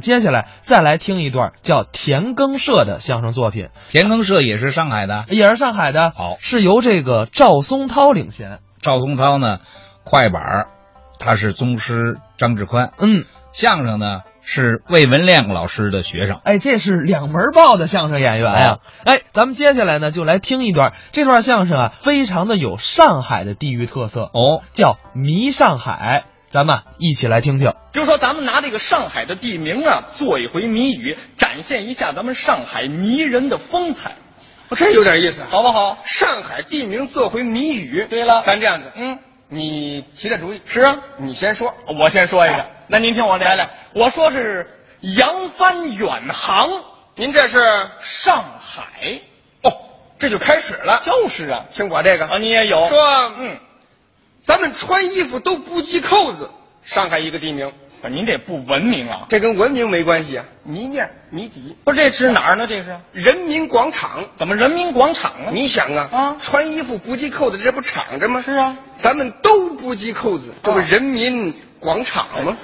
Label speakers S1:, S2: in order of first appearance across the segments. S1: 接下来再来听一段叫田耕社的相声作品，
S2: 田耕社也是上海的。
S1: 也是上海的，
S2: 好，
S1: 是由这个赵松涛领衔。
S2: 赵松涛呢，快板儿他是宗师张志宽，
S1: 嗯，
S2: 相声呢是魏文亮老师的学生。
S1: 哎，这是两门儿报的相声演员呀、哎，咱们接下来呢就来听一段这段相声啊，非常的有上海的地域特色，
S2: 哦，
S1: 叫《迷上海》，咱们啊一起来听听。
S3: 比如说，咱们拿这个上海的地名啊，做一回谜语，展现一下咱们上海迷人的风采，
S4: 哦，这有点意思啊。
S3: 好不好？
S4: 上海地名做回谜语。
S3: 对了
S4: 咱这样子，
S3: 嗯，
S4: 你提点主意。
S3: 是啊
S4: 你先说。啊
S3: 我先说一个，那您听我这
S4: 来来，
S3: 我说是扬帆远航
S4: 您这是
S3: 上海，
S4: 哦，这就开始了。
S3: 就是啊，
S4: 听我这个
S3: 啊，你也有
S4: 说，
S3: 嗯，
S4: 咱们穿衣服都不系扣子。上海一个地名，
S3: 不是您这不文明啊！
S4: 这跟文明没关系啊。泥面、泥底，
S3: 不是这指哪儿呢？这是
S4: 人民广场。
S3: 怎么人民广场啊？
S4: 你想啊，
S3: 啊
S4: 穿衣服不系扣子，这不敞着吗？
S3: 是啊，
S4: 咱们都不系扣子，这不
S3: 啊
S4: 人民广场吗？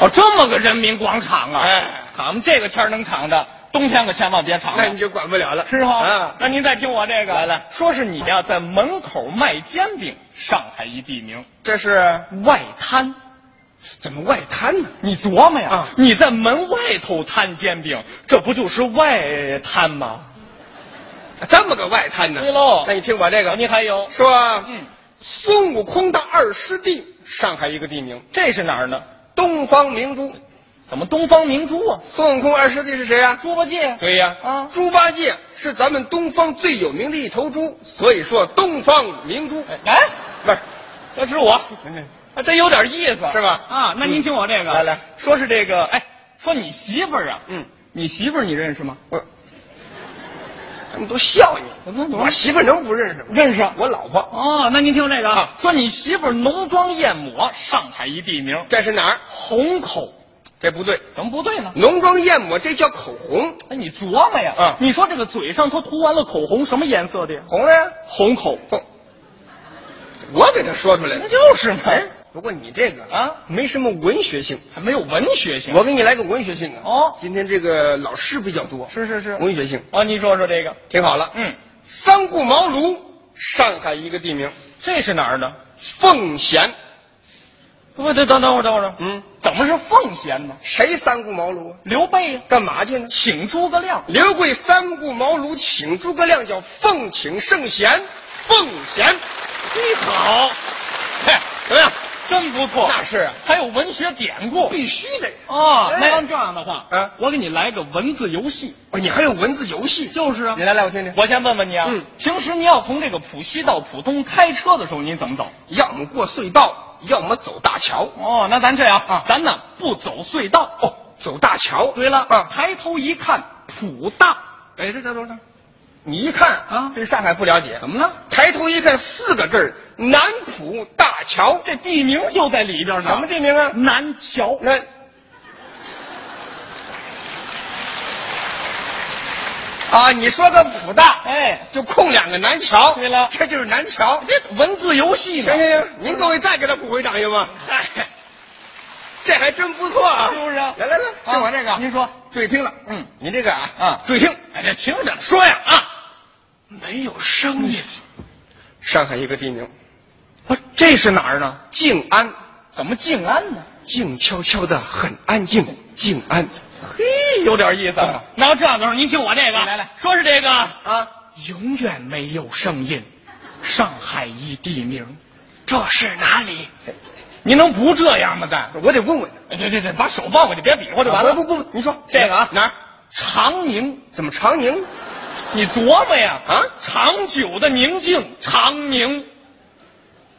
S3: 哦，这么个人民广场啊！
S4: 哎
S3: 俺们这个天儿能敞的，冬天可千万别敞了。
S4: 那你就管不了了，
S3: 是哈，
S4: 啊，
S3: 那您再听我这个，
S4: 来来
S3: 说是你呀、在门口卖煎饼，上海一地名
S4: 这是
S3: 外滩。
S4: 怎么外滩呢？
S3: 你琢磨呀，
S4: 啊
S3: 你在门外头摊煎饼，这不就是外滩吗？
S4: 这么个外滩呢？
S3: 对喽
S4: 那你听我这个，
S3: 你还有
S4: 说，
S3: 嗯，
S4: 孙悟空的二师弟，上海一个地名，
S3: 这是哪儿呢？
S4: 东方明珠。
S3: 怎么东方明珠啊？
S4: 孙悟空二师弟是谁呀、
S3: 猪八戒？
S4: 对呀、
S3: 啊
S4: 猪八戒是咱们东方最有名的一头猪，所以说东方明珠。
S3: 哎，
S4: 不是，
S3: 这是我，还真有点意思，
S4: 是吧
S3: 啊，那您听我这个，
S4: 嗯来来
S3: 说是这个，哎，说你媳妇儿啊，
S4: 嗯，
S3: 你媳妇儿你认识吗？
S4: 我他们都笑你，
S3: 怎么怎么
S4: 我媳妇儿能不认识吗？
S3: 认识啊
S4: 我老婆，
S3: 哦，那您听这个
S4: 啊
S3: 说你媳妇儿浓妆艳抹，上海一地名，
S4: 这是哪儿？
S3: 虹口，
S4: 这不对，
S3: 怎么不对呢？
S4: 浓妆艳抹，这叫口红，
S3: 哎，你琢磨呀，
S4: 啊
S3: 你说这个嘴上头涂完了口红，什啊么颜色的呀？
S4: 红了呀。
S3: 虹口，
S4: 不，我给他说出来
S3: 那
S4: 的。
S3: 就是嘛，
S4: 哎，不过你这个
S3: 啊，
S4: 没什么文学性。
S3: 还没有文学性。
S4: 我给你来个文学性啊。
S3: 哦
S4: 今天这个老师比较多，
S3: 是是是，
S4: 文学性
S3: 啊，您说说这个，
S4: 挺好了。
S3: 嗯，
S4: 三顾茅庐，上海一个地名，
S3: 这是哪儿呢？
S4: 奉贤。
S3: 不对，等等会儿，等会儿，
S4: 嗯，
S3: 怎么是奉贤呢？
S4: 谁三顾茅庐啊？
S3: 刘备呀，
S4: 干嘛去呢？
S3: 请诸葛亮，
S4: 刘贵三顾茅庐，请诸葛亮，叫奉请圣贤，奉贤，
S3: 你好， 哦嘿，
S4: 怎么样？
S3: 真不错，
S4: 那是啊
S3: 还有文学典故，
S4: 必须的。
S3: 哦，
S4: 哎
S3: 那要这样的话，
S4: 嗯
S3: 我给你来个文字游戏。
S4: 哦，你还有文字游戏？
S3: 就是啊
S4: 你来来，我听听。
S3: 我先问问你啊，
S4: 嗯
S3: 平时您要从这个浦西到浦东开车的时候，您怎么走？
S4: 要么过隧道，要么走大桥。
S3: 哦，那咱这样，
S4: 啊
S3: 咱呢不走隧道。
S4: 哦，走大桥。
S3: 对了，
S4: 啊，
S3: 抬头一看，浦大，
S4: 哎，这这等等，你一看
S3: 啊
S4: 对上海不了解，
S3: 怎么了？
S4: 抬头一看，四个字儿南浦大桥，
S3: 这地名就在里边呢。
S4: 什么地名啊？
S3: 南桥？
S4: 那啊，你说个浦大，
S3: 哎，
S4: 就空两个南桥。
S3: 对了
S4: 这就是南桥。
S3: 这文字游戏
S4: 行
S3: 嘛，
S4: 行行，您各位再给他鼓回掌行吗？
S3: 嗨，
S4: 这还真不错啊，
S3: 是不是
S4: 来来来，听我这个，
S3: 啊您说
S4: 注意听了，
S3: 嗯，
S4: 您这个啊，
S3: 啊
S4: 注意听，
S3: 哎，这听着呢。
S4: 说呀啊，没有声音。哦上海一个地名，
S3: 不是，这是哪儿呢？
S4: 静安，
S3: 怎么静安呢？
S4: 静悄悄的，很安静，静安。
S3: 嘿，有点意思啊。那要这样的时候，您听我这个，
S4: 来来，
S3: 说是这个
S4: 啊，
S3: 永远没有声音，上海一地名。
S4: 这是哪里？
S3: 您能不这样吗？咱
S4: 我得问问。
S3: 这这这，把手抱过去，别比划就完了。
S4: 不不不，你说
S3: 这个啊
S4: 哪儿？
S3: 长宁，
S4: 怎么长宁？
S3: 你琢磨呀
S4: 啊
S3: 长久的宁静，长宁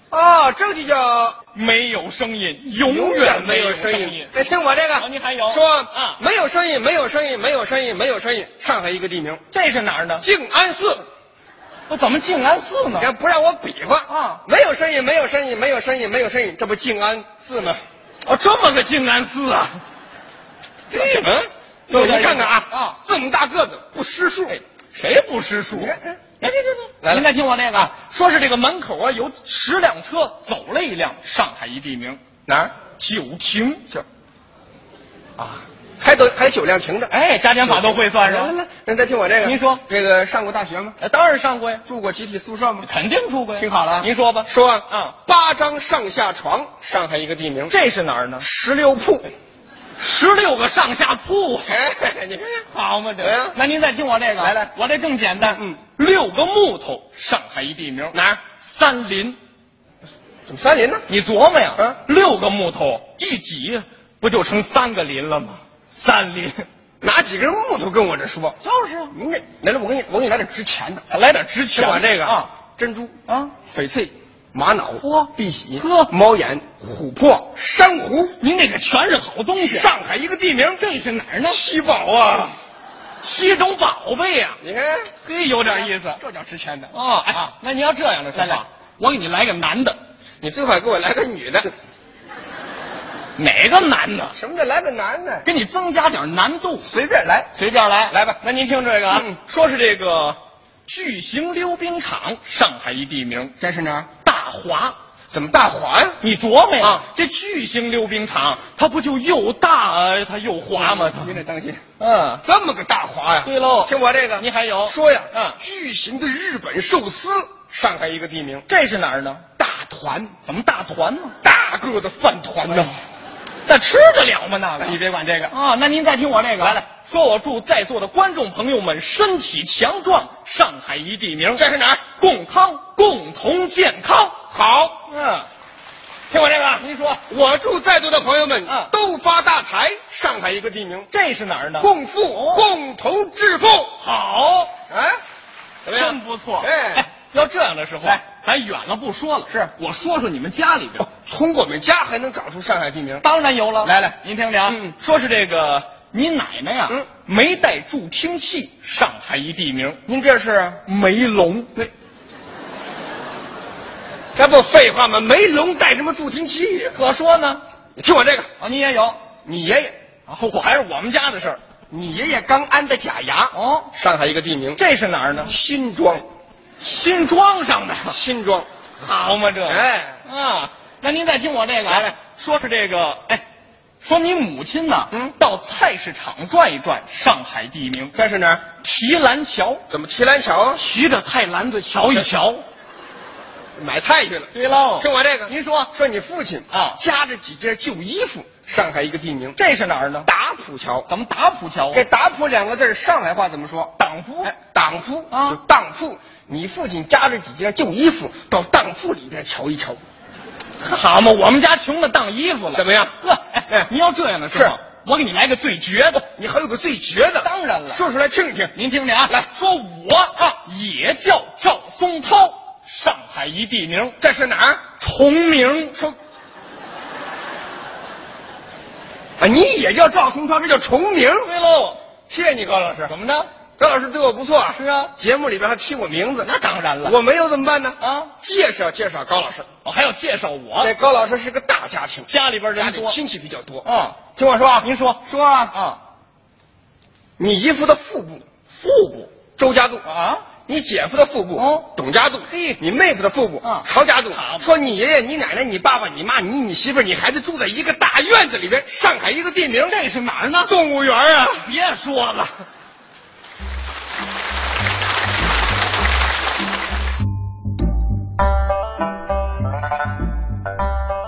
S4: 哦，这就叫
S3: 没有声音，永远没有声音。
S4: 哎，听我这个，
S3: 哦您还有
S4: 说
S3: 啊
S4: 没有声音，没有声音，没有声音，没有声音。上海一个地名，
S3: 这是哪儿呢？
S4: 静安
S3: 啊
S4: 寺。
S3: 我怎么静安寺呢
S4: 你？看不让我比划
S3: 啊
S4: 没有声音，没有声音，没有声音，没有声音，这不静安寺吗？
S3: 哦，这么个静安寺啊！
S4: 什么？
S3: 嗯有
S4: 我
S3: 点
S4: 你看看啊
S3: 意思啊
S4: 这么大个子不识数，
S3: 谁不识数？
S4: 你看哎
S3: 哎，这这这，
S4: 来来
S3: 您再听我这个，啊说是这个门口啊有十辆车，走了一辆，上海一地名
S4: 哪儿？
S3: 九亭。
S4: 这啊，还得还得酒量停着。
S3: 哎，加减法都会算是
S4: 来来
S3: 吧
S4: 来？，那再听我这个。
S3: 您说
S4: 这个上过大学吗？
S3: 呃当然上过呀，
S4: 住过集体宿舍吗？
S3: 肯定住过呀。
S4: 听好了啊，
S3: 您说吧。
S4: 说啊，
S3: 啊，
S4: 八张上下床，上海一个地名，
S3: 这是哪儿呢？
S4: 十六铺。
S3: 十六个上下铺啊，
S4: 哎， 你看看，
S3: 好嘛这
S4: 哎呀。
S3: 那您再听我这个，啊
S4: 来来，
S3: 我这更简单。
S4: 嗯，
S3: 六个木头，上海一地名
S4: 哪儿
S3: 三林。
S4: 怎么三林呢？
S3: 你琢磨呀，
S4: 嗯
S3: 六个木头一挤，不就成三个林了吗？三林，
S4: 拿几根木头跟我这说？
S3: 就是啊，
S4: 你这来了，我给你，我给你来点值钱的。
S3: 来点值钱
S4: 像
S3: 的
S4: 我这个
S3: 啊，
S4: 珍珠、
S3: 啊，
S4: 翡翠、玛瑙、
S3: 嚯
S4: 碧玺、
S3: 呵
S4: 猫眼、琥珀、珊瑚，
S3: 您这个全是好东西。啊
S4: 上海一个地名，
S3: 这是哪儿呢？
S4: 七宝啊！
S3: 七种宝贝呀、
S4: 你看，
S3: 嘿，有点意思。
S4: 这叫值钱的
S3: 哦，哎，
S4: 哎啊！
S3: 那你要这样的说
S4: 来来
S3: 话，我给你来个男的，
S4: 你最好给我来个女的。
S3: 哪个男的？
S4: 什么叫来个男的？
S3: 给你增加点难度，
S4: 随便来。
S3: 随便来，
S4: 来吧
S3: 那您听这个啊，
S4: 嗯
S3: 说是这个巨型溜冰场，上海一地名，
S4: 这是哪儿？
S3: 大华。
S4: 怎么大华呀？
S3: 你琢磨呀、
S4: 啊
S3: 这巨型溜冰场，它不就又大呃它又滑吗？它
S4: 您，得当心，
S3: 嗯，
S4: 这么个大华呀？
S3: 对喽
S4: 听我这个，
S3: 您还有
S4: 说呀，
S3: 嗯
S4: 巨型的日本寿司，上海一个地名，
S3: 这是哪儿呢？
S4: 大团，
S3: 怎么大团呢？
S4: 大个的饭团
S3: 哎
S4: 呐。
S3: 那吃得了吗？那个
S4: 你别管这个，
S3: 啊，那您再听我这个，
S4: 来来，
S3: 说我祝在座的观众朋友们身体强壮，上海一地名，
S4: 这是哪儿？
S3: 共康，共同健康。好，嗯，听我这个，您说
S4: 我祝在座的朋友们
S3: 嗯
S4: 都发大财。上海一个地名，
S3: 这是哪儿呢？
S4: 共富，
S3: 哦
S4: 共同致富。
S3: 好，
S4: 啊，怎么样？
S3: 真不错。
S4: 哎，，
S3: 要这样的时候
S4: 来，
S3: 咱远了不说了，
S4: 是
S3: 我说说你们家里边。
S4: 从哦我们家还能找出上海地名，
S3: 当然有了，
S4: 来来
S3: 您听着啊，
S4: 嗯
S3: 说是这个你奶奶呀、
S4: 嗯
S3: 没带助听器，上海一地名
S4: 您这是？
S3: 梅龙，
S4: 这不废话吗？没龙带什么助听器呀？
S3: 可说呢
S4: 你听我这个，
S3: 啊，您也有
S4: 你爷爷，
S3: 啊，我还是我们家的事儿
S4: 你爷爷刚安的假牙，
S3: 哦，
S4: 上海一个地名，
S3: 这是哪儿呢？
S4: 新庄，
S3: 新装上的，
S4: 新庄，
S3: 好嘛这，
S4: 哎，
S3: 啊，那您再听我这个啊，
S4: 来来
S3: 说是这个，哎，说你母亲呢，
S4: 嗯
S3: 到菜市场转一转，上海地名
S4: 这是哪儿？
S3: 提篮桥，
S4: 怎么提篮桥啊？
S3: 提着菜篮子瞧一瞧，
S4: 买菜去了。
S3: 对喽，
S4: 听我这个，
S3: 哦您说
S4: 说你父亲
S3: 啊
S4: 夹着几件旧衣服，上海一个地名，
S3: 这是哪儿呢？
S4: 打浦桥。
S3: 怎么打浦桥啊
S4: 这？打浦两个字儿上海话怎么说？
S3: 党夫
S4: 哎，当铺
S3: 啊
S4: 就当铺。你父亲夹着几件旧衣服到当铺里边瞧一瞧，
S3: 好嘛，我们家穷的当衣服了，
S4: 怎么样
S3: 呵，哎
S4: 哎，
S3: 您要这样的时候
S4: 是，
S3: 我给你来个最绝的，
S4: 你还有个最绝的，
S3: 当然了
S4: 说出来听一听。
S3: 您听着啊，
S4: 来
S3: 说我啊也叫赵松涛，上海一地名，
S4: 这是哪儿？
S3: 重名
S4: 说啊，你也叫赵松涛，这叫重名。
S3: 对喽。
S4: 谢谢你，高老师。
S3: 怎么着？
S4: 高老师对我不错啊。
S3: 是啊
S4: 节目里边还提我名字，
S3: 那当然了，
S4: 我没有怎么办呢？
S3: 啊，
S4: 介绍介绍高老师。
S3: 我哦还要介绍我
S4: 这高老师是个大家庭，
S3: 家里边
S4: 家
S3: 人
S4: 里
S3: 多
S4: 亲戚比较多。
S3: 啊。
S4: 听我说啊，
S3: 您说
S4: 说啊，
S3: 啊，
S4: 你姨夫的腹部
S3: 腹部
S4: 周家渡，
S3: 啊，
S4: 你姐夫的腹部
S3: 哦
S4: 董家渡，
S3: 嘿
S4: 你妹夫的腹部
S3: 啊
S4: 曹家渡
S3: 好。
S4: 说你爷爷、你奶奶、你爸爸、你妈、你、你媳妇儿、你孩子住在一个大院子里边，上海一个地名。
S3: 这是哪儿呢？
S4: 动物园啊！
S3: 别说了。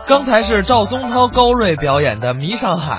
S1: 刚才是赵松涛、高瑞表演的《迷上海》，